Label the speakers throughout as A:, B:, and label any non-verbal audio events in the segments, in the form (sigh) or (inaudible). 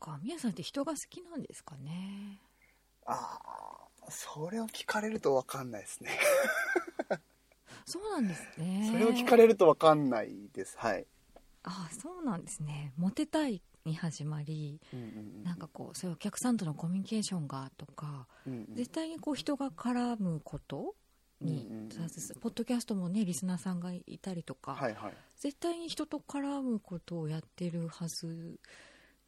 A: か宮さんって人が好きなんですかね
B: ああそれを聞かれると分かんないですね
A: そうなんですね
B: それを聞かれると分かんないですはい、
A: ああそうなんですねモテたいに始まり
B: うんうんうん、
A: なんかこうそういうお客さんとのコミュニケーションがとか
B: うんうん
A: 絶対にこう人が絡むことに、
B: うんうんうん
A: そうですポッドキャストもねリスナーさんがいたりとか、
B: はいはい
A: 絶対に人と絡むことをやってるはず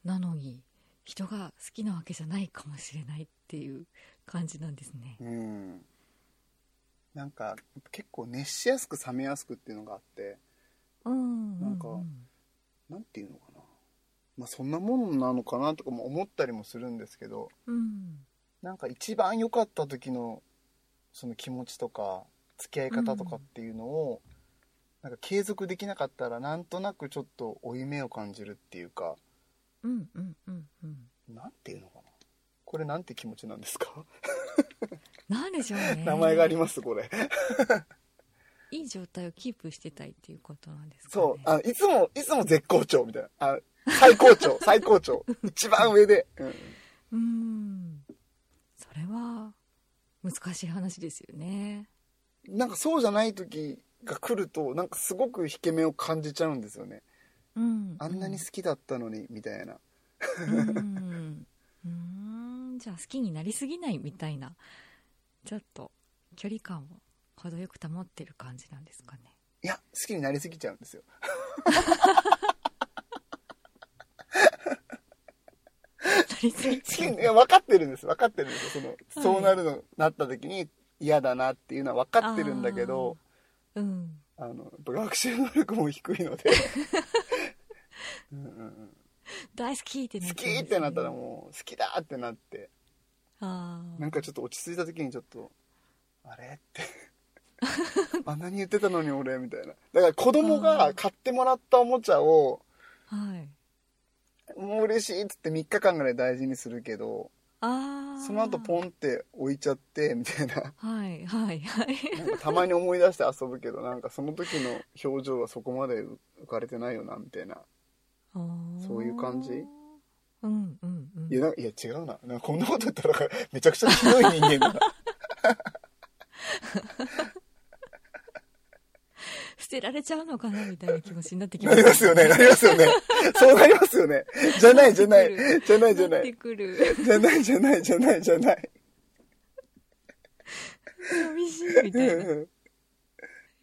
A: なのに人が好きなわけじゃないかもしれないっていう感じなんですね
B: うんなんか結構熱しやすく冷めやすくっていうのがあって
A: うん
B: なんか
A: うう
B: なんていうのかなまあそんなもんなのかなとかも思ったりもするんですけど
A: うん
B: なんか一番良かった時のその気持ちとか付き合い方とかっていうのを、なんか継続できなかったらなんとなくちょっと負い目を感じるっていうか
A: うんうんうんうん
B: なんていうのかなこれなんて気持ちなんですか、
A: なんでしょうね
B: 名前があり
A: ま
B: ますこれ
A: すいい状態をキープしてたいっていうことなんですか、ね、
B: そうあいつもいつも絶好調みたいなあ最高潮 (laughs) 最高潮一番上で、
A: う
B: うん
A: んそれは難しい話ですよね
B: なんかそうじゃない時が来るとなんかすごく引け目を感じちゃうんですよね
A: うん
B: あんなに好きだったのにみたいな
A: うんうーんじゃあ好きになりすぎないみたいなちょっと距離感を程よく保ってる感じなんですかね
B: いや好きになりすぎちゃうんですよ
A: なりすぎ
B: 好きにいや分かってるんです分かってるんですよその、
A: はい
B: そうなるのなった時に嫌だなっていうのは分かってるんだけど
A: (laughs) うん
B: あのやっぱ学習能力も低いのでうんうんうん
A: 大好きってな
B: 好
A: ち
B: き
A: ゃうんですね
B: ってなったらもう好きだってなって
A: あー
B: なんかちょっと落ち着いた時にちょっとあれってあんなに言ってたのに俺みたいなだから子供が買ってもらったおもちゃを
A: はい
B: もう嬉しいっつって3日間ぐらい大事にするけど
A: あ
B: その後
A: ン
B: ポンって置いちゃってみたいな
A: はいはいはい
B: なんかたまに思い出して遊ぶけどなんかその時の表情はそこまで浮かれてないよなみたいな
A: あー
B: そういう感じ
A: うんうんうん
B: いやなんかいや違うななんかこんなこと言ったらめちゃくちゃひどい人間だ
A: 捨てられちゃうのかなみたいな気持ちになってきま
B: な
A: す
B: りますよねなりますよねそうなりますよねじゃないじゃないじゃないじゃな
A: なって
B: い
A: くる
B: じゃないじゃないじゃないじゃない
A: 寂しいみ
B: う
A: た
B: ん
A: いなへ
B: う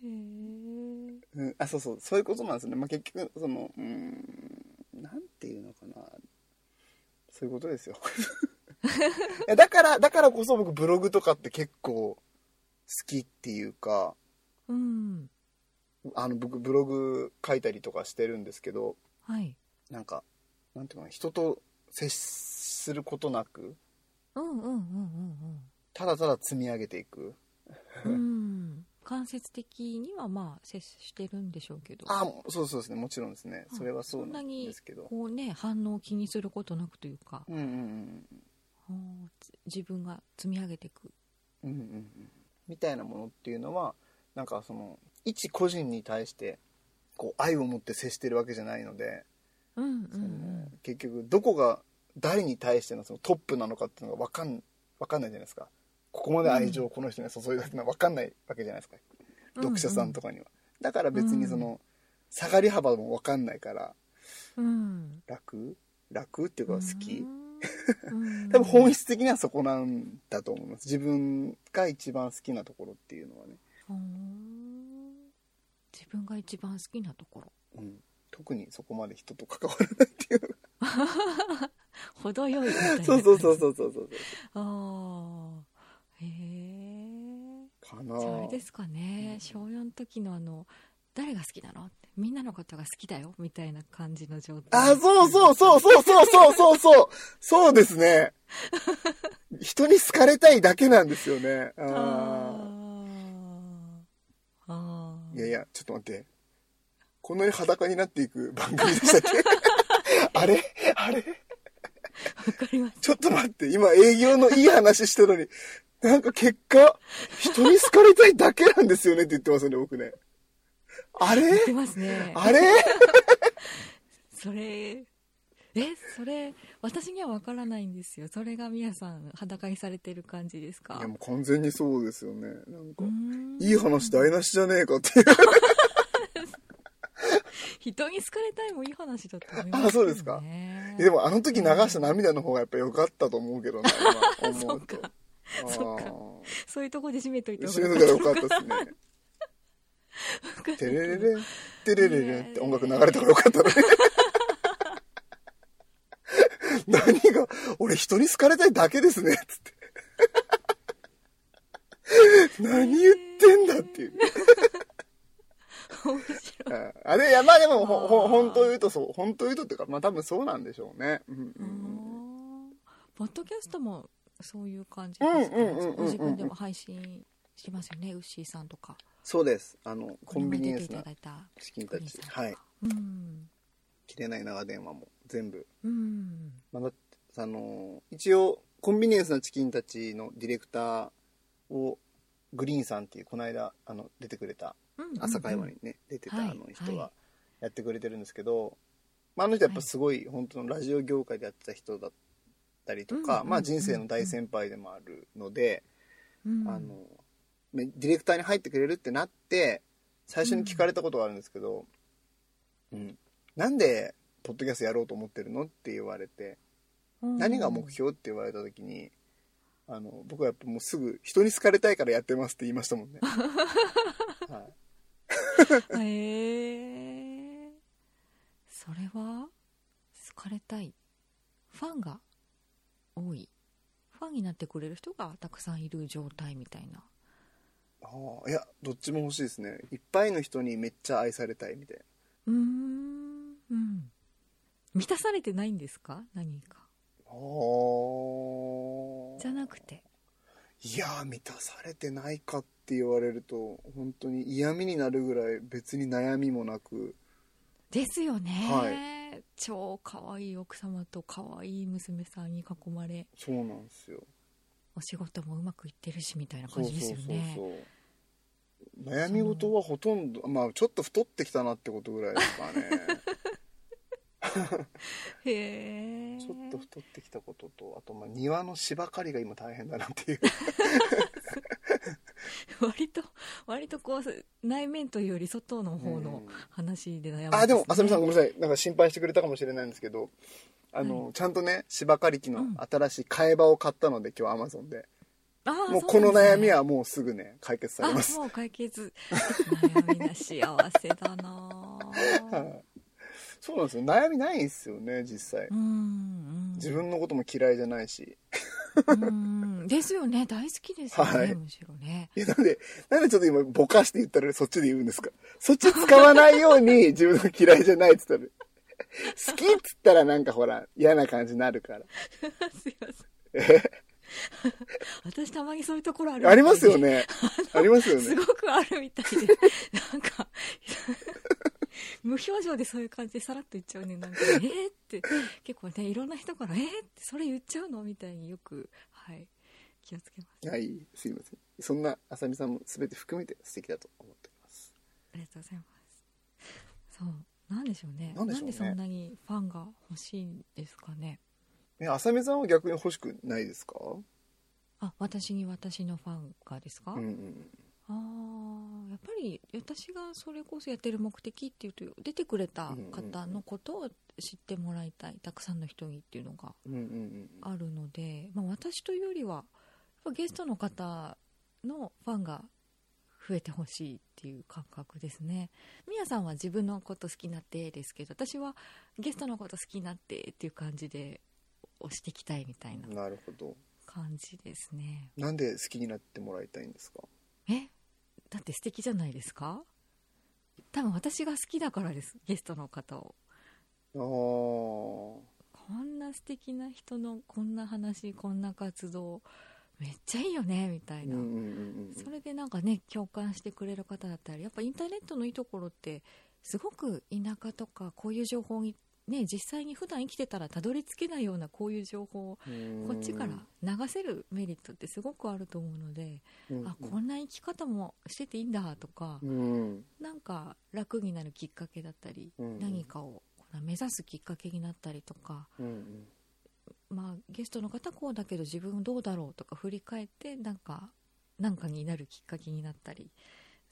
A: ー
B: んうんあそうそうそういうことなんですね、まあ、結局そのうーんなんていうのかなそういうことです
A: (laughs)
B: よいやだからだからこそ僕ブログとかって結構好きっていうか
A: うん
B: あの僕ブログ書いたりとかしてるんですけど
A: はい
B: なんかなんていうかな人と接することなく
A: うんうんうんうん
B: ただただ積み上げていく
A: うんうん間接的にはまあ接してるんでしょうけど
B: あそうそうですねもちろんですね
A: うん
B: それはそう
A: そん
B: な
A: なんに
B: ですけど
A: こうね反応を気にすることなくというか
B: うんうんうん
A: うんつ自分が積み上げていく
B: うんうんうんみたいなものっていうのはなんかその一個人に対してこう愛を持って接してるわけじゃないので、
A: うんうんう
B: その
A: ん
B: 結局どこが誰に対してのそのトップなのかっていうのが分かん分かんないじゃないですかここまで愛情をこの人に注いだってのは分かんないわけじゃないですか、読者さんとかにはだから別にその、下がり幅も分かんないから
A: うん
B: 楽楽っていうか
A: 好
B: 好き
A: うん
B: (laughs) 多分本質的にはそこなんだと思います自分が一番好きなところっていうのはね、
A: うん自分が一番好きなところ
B: うん、特にそこまで人と関わら
A: (laughs)
B: ないっていうのが
A: 程よいみたいな
B: そうそうそうそうそうそう
A: ああへえ
B: かな
A: じゃああれですかね、
B: うん
A: 小4の時のあの誰が好きなのってみんなのことが好きだよみたいな感じの状態
B: あそうそうそうそうそうそうそうそうそうですね人に好かれたいだけなんですよねあ
A: あ
B: ー
A: ーあー
B: いやいや、ちょっと待って。こんなに裸になっていく番組でしたっけ (laughs) あれあれ
A: わかりまし
B: ちょっと待って。今営業のいい話してるのに、なんか結果、人に好かれたいだけなんですよねって言ってますよね、僕ね。あ
A: (laughs)
B: れ
A: た言ってますね
B: あれ
A: それえそれ私には分からないんですよそれがみやさん裸にされてる感じですか
B: いやもう完全にそうですよねなんか
A: うーん
B: いい話台無しじゃねえかっていう
A: 人に好かれたいもいい話だと思います、
B: あそうですか
A: ね
B: でもあの時流した涙の方がやっぱ良かったと思うけどな今思
A: (laughs) そうう
B: と
A: か
B: あー
A: そっかそういうとこで締めといて
B: 締めのが良かったですね「テレレレンテレレレン」って音楽流れたから良かったね
A: (laughs)
B: 何が俺人に好かれたいだけですねつって何言ってんだっていう
A: 面白い
B: うんあれいやまあでもほ
A: あ
B: ほ
A: ー
B: 本当言うとそう本当言うとっていうかまあ多分そうなんでしょうねうんう
A: うんんポッドキャストもそういう感じですか、
B: うんうんうんうんうん
A: ご自分でも配信しますよねウッシーさんとか
B: そうですあのコンビニエ
A: こ
B: ン
A: の前出ていた
B: スな
A: だいた
B: チキン
A: グ
B: た
A: リーン
B: ち
A: さんとか
B: はい
A: うん
B: 切れない長電話も全部
A: うん
B: まあだってあの一応コンビニエンスなチキンたちのディレクターをグリーンさんっていうこの間あの出てくれた
A: うん
B: 朝会話にね出てた
A: はい
B: あの人
A: は
B: がやってくれてるんですけど、まあ、あの人やっぱすごい本当のラジオ業界でやってた人だったりと
A: うんうん
B: か、
A: うん
B: まあ、人生の大先輩でもあるので、
A: うん
B: あのねディレクターに入ってくれるってなって最初に聞かれたことがあるんですけど「うんなんでポッドキャストやろうと思ってるの?」って言われて
A: うん
B: 「何が目標?」って言われた時に。あの僕はやっぱもうすぐ人に好かれたいからやってますって言いまし
A: (laughs)
B: たもんね、はい、
A: へえそれは好かれたいファンが多いファンになってくれる人がたくさんいる状態みたいな
B: ああいやどっちも欲しいですねいっぱいの人にめっちゃ愛されたいみたいな
A: うーんうん満たされてないんですか何かじゃなくて
B: いやー満たされてないかって言われると本当に嫌味になるぐらい別に悩みもなく
A: ですよね、超可愛い奥様と可愛い娘さんに囲まれ
B: そうなんですよ
A: お仕事もうまくいってるしみたいな
B: そ
A: 感
B: う
A: じですよね
B: そうそうそう悩み事はほとんどまあちょっと太ってきたなってことぐらいですかね
A: へえ
B: ちょっと太ってきたこととあとまあ庭の芝刈りが今大変だなっていう
A: (laughs) 割と割とこう内面というより外の方の
B: うん
A: 話で悩むんすね、
B: あでも浅見さんごめんなさいなんか心配してくれたかもしれないんですけどあの、ちゃんとね芝刈り機の
A: うん
B: 新しい替え刃を買ったので今日アマゾンで、
A: あー
B: もう
A: そ
B: こ
A: な
B: の
A: んです
B: 悩み
A: ね
B: はもうすぐね解決されます
A: あもう解決 (laughs) 悩みな幸せだな
B: (laughs) は
A: ぁ
B: いそうなんですよ悩みないんですよね実際、
A: うんうん
B: 自分のことも嫌いじゃないし
A: うんですよね大好きですよね、
B: はい
A: むしろ
B: (laughs)
A: ね
B: いやなんでなんでちょっと今ぼかして言ったらそっちで言うんですか (laughs) そっち使わないよう
A: (laughs)
B: に自分の嫌いじゃないっつったら (laughs) 好きっつったらなんかほら嫌な感じになるから
A: すいませ (laughs) ん私たまにそういうところある
B: ありますよ
A: ね
B: ねありますよ
A: す
B: ね
A: (laughs) ごくあるみたいでなんか無表情でそういう感じでさらっと言っちゃうねなんか「えー、って結構ねいろんな人から「えー、ってそれ言っちゃうの?」みたいによく、はい、気をつけます
B: はいすいませんそんな浅見さんも全て含めて素敵だと思っております
A: ありがとうございますそうなんでしょうね
B: なんでしょ
A: なん
B: うね
A: でそんなにファンが欲しいんですかね
B: え浅見さんは逆に欲しくないですか
A: あ私に私のファンがですか、
B: うんうん
A: あーやっぱり私がそれこそやってる目的っていうと出てくれた方のことを知ってもらいたいたくさんの人にっていうのが
B: うんうんうん
A: あるので、まあ、私というよりはやっぱゲストの方のファンが増えてほしいっていう感覚ですねみやさんは自分のこと好きになってですけど私はゲストのこと好きになってっていう感じで押していきたいみたいな
B: うんなるほど
A: 感じですね
B: なんで好きになってもらいたいんですか
A: えだって素敵じゃないですか多分私が好きだからですゲストの方を
B: あー
A: こんな素敵な人のこんな話こんな活動めっちゃいいよねみたい
B: うん
A: な、
B: うんうんうん
A: それでなんかね共感してくれる方だったりやっぱインターネットのいいところってすごく田舎とかこういう情報にね実際に普段生きてたらたどり着けないようなこういう情報を
B: うん
A: こっちから流せるメリットってすごくあると思うので
B: うん
A: あこんな生き方もしてていいんだとか
B: うん
A: なんか楽になるきっかけだったり
B: うん
A: 何かをこな目指すきっかけになったりとか、
B: うんうん
A: まあ、ゲストの方こうだけど自分どうだろうとか振り返ってなんかなんかになるきっかけになったり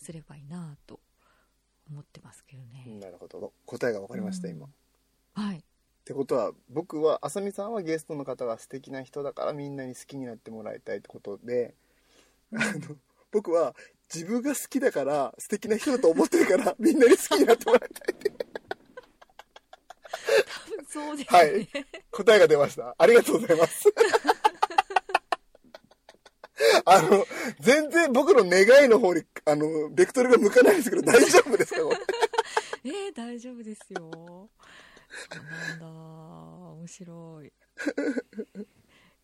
A: すればいいなと思ってますけどね。
B: なるほど答えが分かりました、
A: うん
B: 今っ
A: はい、 (laughs)
B: てことは僕はあさみさんはゲストの方が素敵な人だからみんなに好きになってもらいたいってことであの僕は自分が好きだから素敵な人だと思ってるからみんなに好きになってもらいたいって
A: そうですね、
B: はい答えが出ましたありがとうございます (laughs) あの全然僕の願いの方にあのベクトルが向かないですけど大丈夫ですかこれ
A: (laughs) えー、大丈夫ですよ。そうなんだ、面白い。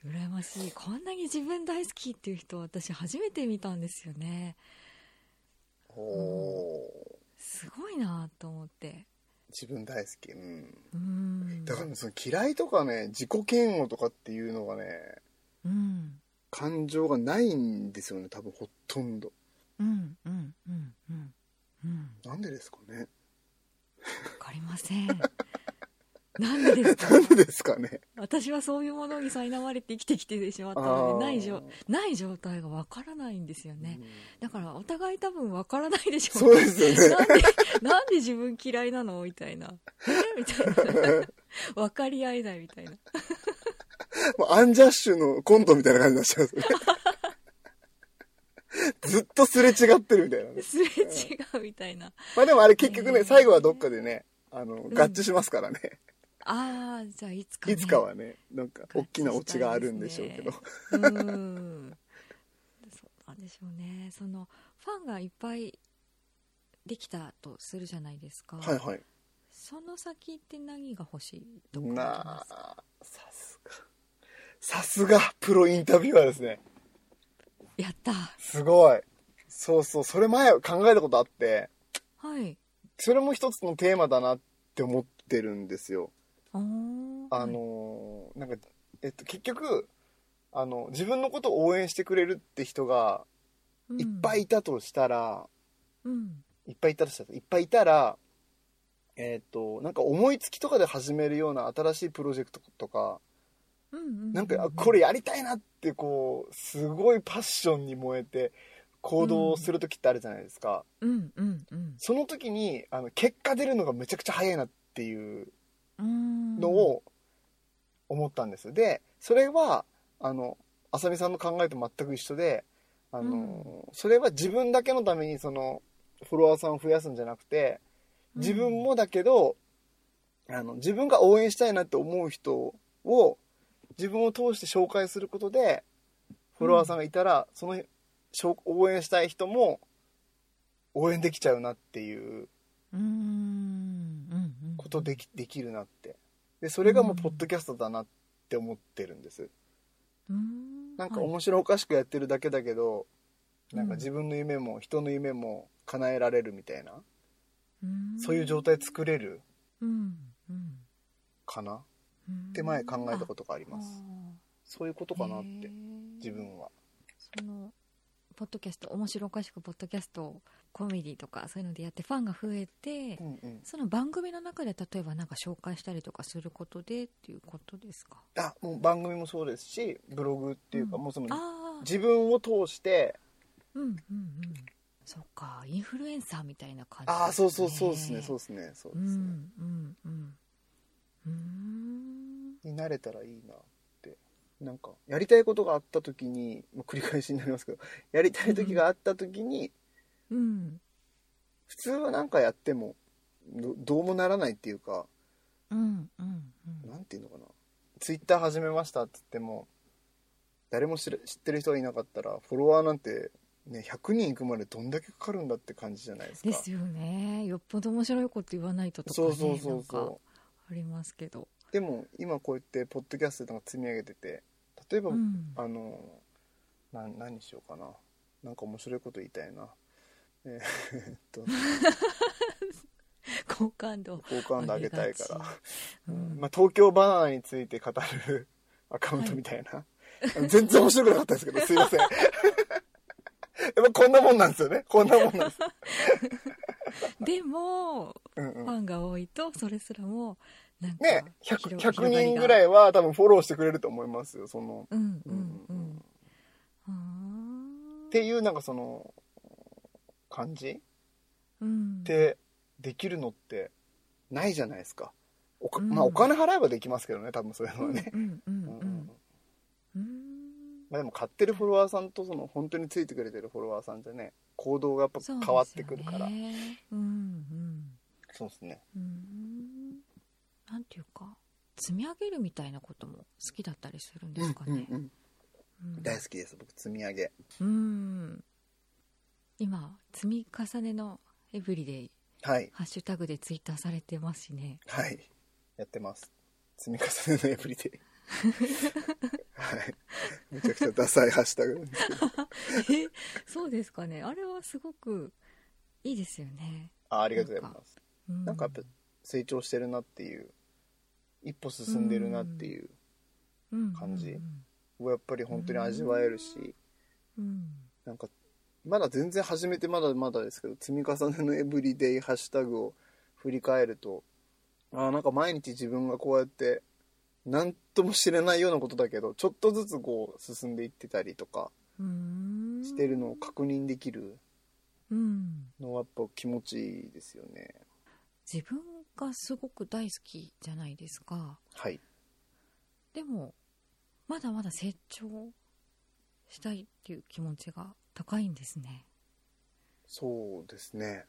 A: 羨ましい。こんなに自分大好きっていう人、私初めて見たんですよね。
B: おー
A: すごいなと思って。
B: 自分大好きうん
A: うーん。
B: だからねその嫌いとかね自己嫌悪とかっていうのがね
A: うん。
B: 感情がないんですよね多分ほとんど
A: うん、うん、うん、うん。うん。
B: なんでですかね (laughs)
A: わかりません。なんでですか
B: なんでですかね
A: 私はそういうものに苛まれて生きてきてしまったので、ない
B: あ
A: 状ない状態がわからないんですよ
B: ー
A: ね
B: う。ん
A: だからお互い多分わからないでしょ
B: そうですよね
A: なんで、なんで自分嫌いなのみたいな。えみたいな。分かり合えないみたいな。
B: もうアンジャッシュのコントみたいな感じになっち
A: (laughs)
B: ゃうんですよねずっとすれ違ってるみたいなね
A: すれ違うみたいな。
B: まあでもあれ結局
A: えー
B: ね最後はどっかでねあの合致しますからね、
A: ああ、じゃあいつか、ね。
B: いつかはねなんか
A: 合致したいですね。
B: 大きなオチがあるんでしょうけど、
A: うーん。そうなんでしょうね。その、ファンがいっぱいできたとするじゃないですか。
B: はいはい
A: その先って何が欲しいと思い
B: な
A: ますか
B: あさすがさすがプロインタビュアーですね
A: やった。
B: すごいそうそうそれ前考えたことあって
A: はい。
B: それも一つのテーマだなって思ってるんですよ
A: あー
B: あ、のーなんかえっと結局あの自分のことを応援してくれるって人がいっぱい
A: い。
B: いたとしたら、
A: うん。
B: いっぱいいたとしたらいっぱいいたらえっとなんか思いつきとかで始めるような新しいプロジェクトとか
A: うんうんうん
B: なんかあこれやりたいなってこうすごいパッションに燃えて行動する時ってあるじゃないですか、
A: うんうんうん
B: その時にあの結果出るのがめちゃくちゃ早いなっていう
A: うーん
B: のを思ったんです、でそれはあの浅見さんの考えと全く一緒であの、それは自分だけのためにそのフォロワーさんを増やすんじゃなくて自分もだけど、あの自分が応援したいなって思う人を自分を通して紹介することでフォロワーさんがいたら、その紹応援したい人も応援できちゃうなっていう
A: うーんうんうん
B: ことできできるなってでそれがもうポッドキャストだなって思ってるんです
A: うーん
B: なんか
A: はい
B: 面白おかしくやってるだけだけど、
A: うん
B: なんか自分の夢も人の夢も叶えられるみたいな、
A: うーん
B: そういう状態作れる
A: うんうん
B: かなっ
A: うん
B: て前考えたことがあり
A: あ
B: ます、
A: あ
B: そういうことかなっ
A: へ
B: て
A: ー
B: 自分は
A: そのポッドキャスト面白おかしくポッドキャストをコメディとかそういうのでやってファンが増えて、
B: うんうん
A: その番組の中で例えばなんか紹介したりとかすることでっていうことですか
B: あもう番組もそうですしブログっていうか、
A: うん
B: もうその
A: ああ
B: 自分を通して
A: うんうんうんそっかインフルエンサーみたいな感じですね、
B: ああそうそうそうですねそうですねそう
A: う
B: です
A: ん
B: ね、
A: うんうんうーん
B: になれたらいいなってなんかやりたいことがあった時に、まあ繰り返しになりますけど (laughs) やりたい時があった時に、
A: うん
B: 普通は何かやってもどどうもならないっていうか
A: うんうんうん
B: なんていうのかなツイッター始めましたって言っても誰も知る知ってる人がいなかったらフォロワーなんて、ね、100人いくまでどんだけかかるんだって感じじゃないですか。
A: ですよねよっぽど面白いこと言わないととか、ね、
B: そうそうそう
A: なんか
B: そ
A: ありますけど
B: うでも今こうやってポッドキャストとか積み上げてて例えば、
A: うん
B: あのな何にしようかななんか面白いこと言いたいなえーえっと
A: 好感度
B: 好感度上げたいから、
A: う
B: うん
A: ん
B: まあ、東京バナナについて語るアカウントみたいな、全然面白くなかったで
A: (laughs)
B: すけ
A: (laughs)
B: ど (laughs) すいませんやっぱこんなもんなんですよねこんなもんなんです
A: でも
B: うんう
A: フ
B: ん
A: ァンが多いとそれすらもなんか
B: ね100、
A: 広
B: 100
A: 広がり
B: 人
A: が
B: ぐらいは多分フォローしてくれると思いますよ、その。
A: うんう
B: うん
A: う
B: うんん
A: うーん
B: っていうなんかその、感じ
A: うん
B: ってできるのってないじゃないですか。おか
A: うん
B: まあお金払えばできますけどね、多分そういうのはね。
A: うんうん
B: うん
A: う
B: うん
A: んうん
B: まあでも買ってるフォロワーさんとその本当についてくれてるフォロワーさんじゃね、行動がやっぱ
A: そうですよね
B: 変わってくるから
A: う。ん
B: そうですね。
A: うんうんなんていうか積み上げるみたいなことも好きだったりするんですかね
B: うんうん
A: う
B: うんん大好きです、僕、積み上げ。
A: うん今積み重ねのエブリデイ
B: はい。
A: ハッシュタグでツイッターされてますしね
B: はい。やってます。積み重ねのエブリデイ。はい。めちゃくちゃダサいハッシュタグなんですけど。
A: えそうですかねあれはすごくいいですよね、
B: あありがとうございます。
A: う
B: なんかやっぱ成長してるなっていう、一歩進んでるなっていう、感じやっぱり本当に味わえるし、
A: うんうん
B: なんか、まだ全然始めてまだまだですけど、積み重ねのエブリデイハッシュタグを振り返ると、ああ、なんか毎日自分がこうやって、なんとも知れないようなことだけど、ちょっとずつこう進んでいってたりとか、
A: うんうん
B: してるのを確認できる
A: うん
B: のはやっぱ気持ちいいですよね
A: 自分がすごく大好きじゃないですか
B: はい
A: でもまだまだ成長したいっていう気持ちが高いんですね
B: そうですね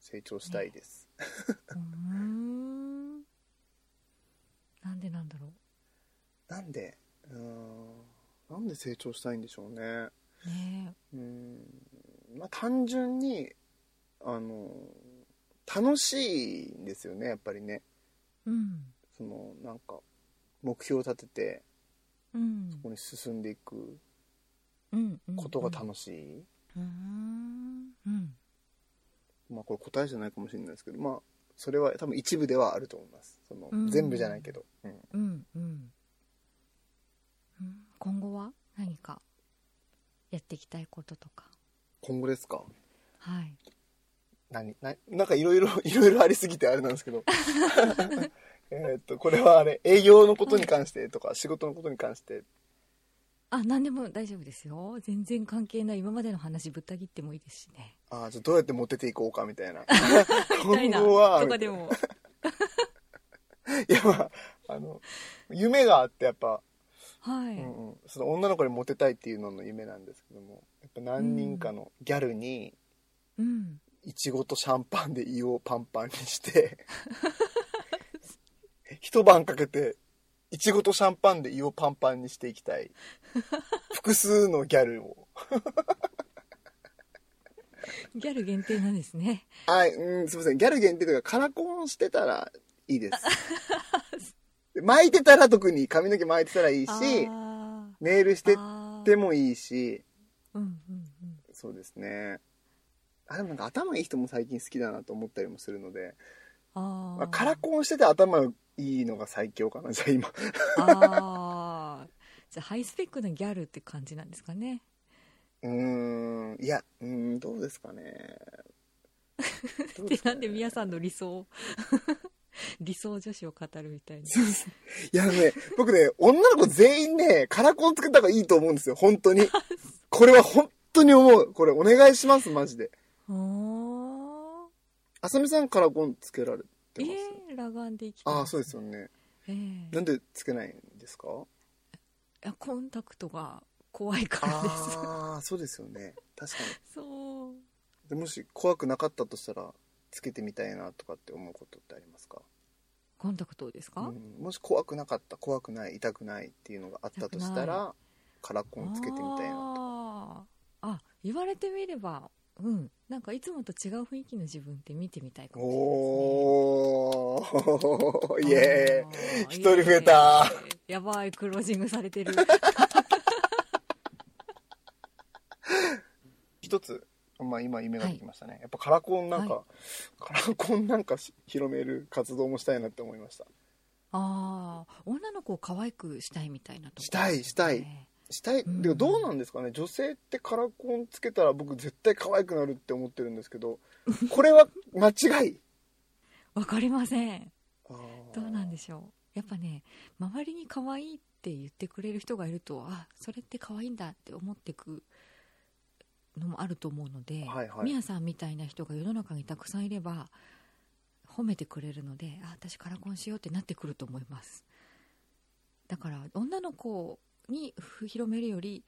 B: 成長したいです、
A: うーんなんでなんだろ
B: なんでうーんなんで成長したいんでしょうね
A: うね
B: うーんまあ単純にあの楽しいんですよねやっぱりね
A: うん
B: そのなんか目標を立てて
A: うん
B: ここに進んでいく
A: うんうん
B: ことが楽しい、
A: うーんうん
B: まあこれ答えじゃないかもしれないですけどまあそれは多分一部ではあると思いますその、
A: うん
B: 全部じゃないけど、うん
A: うんうんうん今後は何かやっていきたいこととか
B: 今後ですか
A: はい
B: 何ななんかいろいろ (laughs) いろいろありすぎてあれなんですけど (laughs) えーっとこれはあれ営業のことに関してとか仕事のことに関して
A: あ何でも大丈夫ですよ全然関係ない今までの話ぶった切ってもいいですしね
B: ああじゃあどうやってモテていこうかみたいな
A: みたいな
B: 今後は
A: とかでも
B: いやまああの夢があってやっぱ、
A: は
B: う
A: い、
B: んうん、その女の子にモテたいっていうのの夢なんですけどもやっぱ何人かのギャルに
A: うん、
B: いちごとシャンパンで胃をパンパンにして一晩かけていちごとシャンパンで胃をパンパンにしていきたい複数のギャルを
A: ギャル限定なんですね
B: あうんすいませんギャル限定というかカラコンしてたらいいです
A: (laughs)
B: で巻いてたら特に髪の毛巻いてたらいいし
A: あ
B: ネイルし
A: ー
B: て
A: あー
B: てもいいし
A: うんうんうん
B: そうですねあでもなんか頭いい人も最近好きだなと思ったりもするので、
A: あ
B: ま
A: ー
B: あ、カラコンしてて頭いいのが最強かなじゃあ今
A: あーじゃあハイスペックなギャルって感じなんですかね
B: うーんいやうーんどうです
A: (laughs)
B: かねどう
A: で
B: ですか
A: な
B: ね
A: んで宮さんの理想を (laughs) 理想女子を語るみたいな
B: やね僕ね女の子全員ねカラコン作った方がいいと思うんですよ本当にこれは本当に思うこれお願いしますマジで
A: お
B: あさみさんカラコンつけられて
A: え
B: ます、
A: えー、裸眼で生きて
B: あ
A: ま
B: あそうですよね
A: ええ
B: なんでつけないんですか
A: いやコンタクトが怖いからです
B: ああそうですよね確か
A: そう
B: にでもし怖くなかったとしたらつけてみたいなとかって思うことってありますか、
A: コンタクトですか、
B: うん、もし怖くなかった怖くない痛くないっていうのがあったとしたらカラコンつけてみたいな
A: あーあ言われてみればうんなんかいつもと違う雰囲気の自分って見てみたいかもしれないですね
B: おおイ
A: え
B: エーイ一人増えた
A: やばいクロージングされてる
B: 一つ、まあ、今夢ができましたね、やっぱカラコンなんか、カラコンなんかし広める活動もしたいなって思いました
A: ああ女の子を可愛くしたいみたいなとこ
B: したいしたい
A: ね
B: したい、
A: ん
B: でもどうなんですかね女性ってカラコンつけたら僕絶対可愛くなるって思ってるんですけどこれは間違い
A: わかりません
B: あー
A: どうなんでしょうやっぱね周りに可愛いって言ってくれる人がいるとあそれって可愛いんだって思ってくのもあると思うので
B: はいはい
A: みやさんみたいな人が世の中にたくさんいれば褒めてくれるのであ私カラコンしようってなってくると思いますだから女の子に広めるより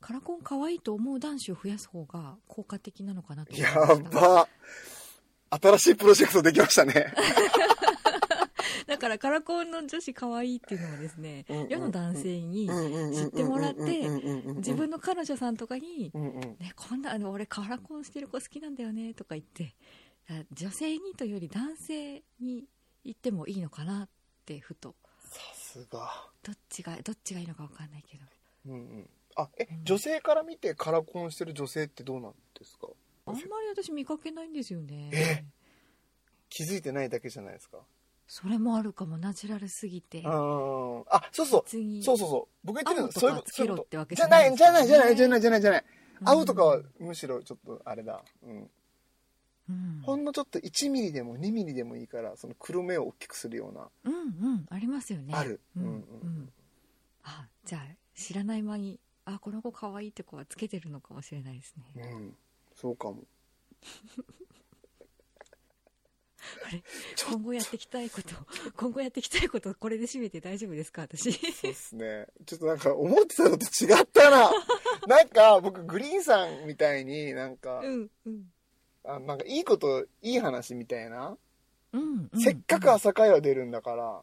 A: カラコン可愛いと思う男子を増やす方が効果的なのかなと思いま
B: や
A: した
B: ば新しいプロジェクトできましたね
A: だからカラコンの女子可愛いっていうのはですね
B: うんうんうん
A: 世の男性に知ってもらって自分の彼女さんとかに
B: うんうん
A: 「ね、こんなあの俺カラコンしてる子好きなんだよね」とか言ってあ女性にというより男性に言ってもいいのかなってふと
B: さすが、
A: どっちがどっちがいいのか分かんないけど
B: うんうん、あえ
A: うん
B: 女性から見てカラコンしてる女性ってどうなんですか
A: あんまり私見かけないんですよね
B: え気づいてないだけじゃないですか
A: それもあるかもナチュラルすぎて
B: あーあそうそう
A: 次
B: そうそうそう僕言ってるの
A: 青とか
B: そういうこと
A: つけろってわけじ
B: じ
A: ゃ
B: ゃ
A: な
B: ないいじゃないじゃないじゃ
A: ね
B: ないじゃないじゃない
A: うん
B: 青とかはむしろちょっとあれだ、うん、
A: うん
B: ほんのちょっと1ミリでも2ミリでもいいからその黒目を大きくするような
A: うんうんありますよね
B: ある
A: うんう
B: うんうん
A: んあじゃあ知らない間にあこの子可愛いって子はつけてるのかもしれないですね
B: うんそうかも
A: あれ今後やっていきたいこと (laughs) 今後やっていきたいことこれで締めて大丈夫ですか
B: (laughs)
A: 私
B: そうですねちょっとなんか思ってたのと違っ
A: (laughs)
B: たななんか僕グリーンさんみたいになんか
A: うんうん
B: あなんかいいこといい話みたいな、
A: うんうん
B: せっかく朝会は出るんだから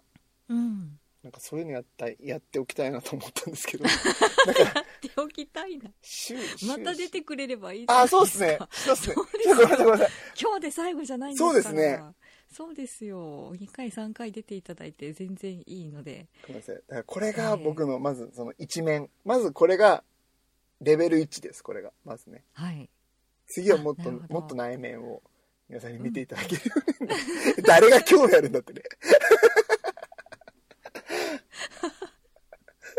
A: うん
B: なんかそういうのやったいやっておきたいなと思ったんです
A: (laughs)
B: けど
A: やっておきたいな
B: 週
A: また出
B: 週
A: てくれればいいじゃない
B: あ
A: ですか
B: そうですねそうですね
A: そうです
B: ちょっとごめんなさいごめんなさい
A: 今日で最後じゃないんですから
B: そうですね
A: そうですよ2回3回出ていただいて全然いいので
B: ごめんなさいだからこれが僕のまずその一面まずこれがレベル1ですこれがまずね
A: はい
B: 次はもっ
A: あ
B: と
A: なるほど
B: もっと内面を皆さんに見ていただけるように、誰が興味あるんだっ
A: (laughs)
B: てね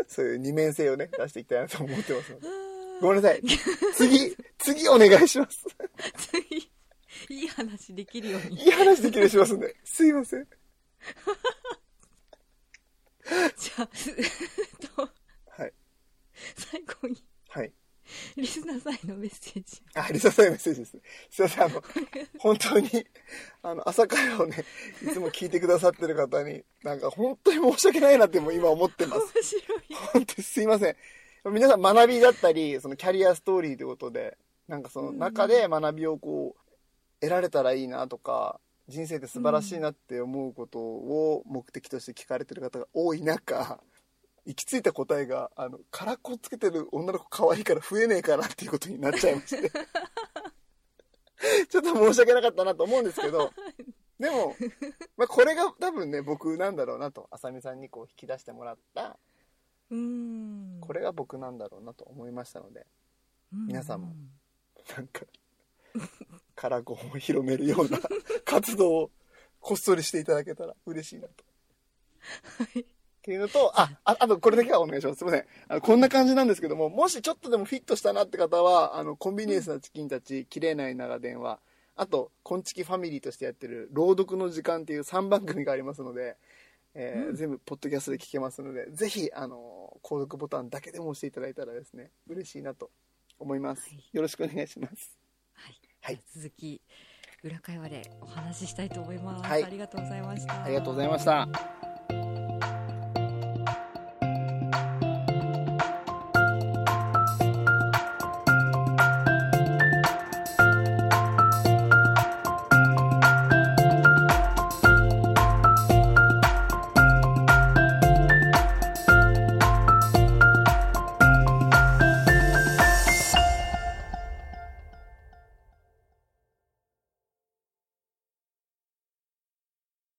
B: そういう二面性をね出していきたいなと思ってますのでごめんなさい次次お願いします
A: (laughs) 次いい話できるよう
B: (laughs)
A: に
B: いい話できるようにしますんですいません
A: じゃあ、すえっと、
B: はい
A: 最後に
B: はい
A: リスナーさんへのメッセージ。
B: あ、リサさんへのメッセージですね。すいません、あの、本当に、あの、朝会をね、いつも聞いてくださってる方に、なんか本当に申し訳ないなってもう今思ってま
A: 面
B: す。
A: 白い。
B: (laughs) 本当にすいません。皆さん学びだったり、そのキャリアストーリーということで、なんかその中で学びをこう、得られたらいいなとか、人生って素晴らしいなって思うことを目的として聞かれてる方が多い中、行き着いた答えが、あの、カラコンつけてる女の子可愛いから増えねえかなっていうことになっちゃいま (laughs) して。ちょっと申し訳なかったなと思うんですけど、で (laughs) も、まあ、これが多分ね、僕なんだろうなと、浅見さんにこう引き出してもらった、
A: うーん。
B: これが僕なんだろうなと思いましたので、皆さんもなんか、カラコンを広めるよ
A: (laughs)
B: うな活動をこっそりしていただけたら嬉しいなと。
A: い
B: っていうのと、あ、ああとこれだけはお願いします。すいません。あのこんな感じなんですけども、もしちょっとでもフィットしたなって方は、あの、コンビニエンスなチキンたち、切れない長電話、あと、こんちきファミリーとしてやってる、朗読の時間っていう3番組がありますので、えー
A: うん
B: 全部ポッドキャストで聞けますので、ぜひ、あの、購読ボタンだけでも押していただいたらですね、嬉しいなと思います。
A: はい
B: よろしくお願いします。
A: はい。
B: はい
A: じゃあ続き、裏会話でお話ししたいと思います。
B: はい
A: ありがとうございました。
B: ありがとうございました。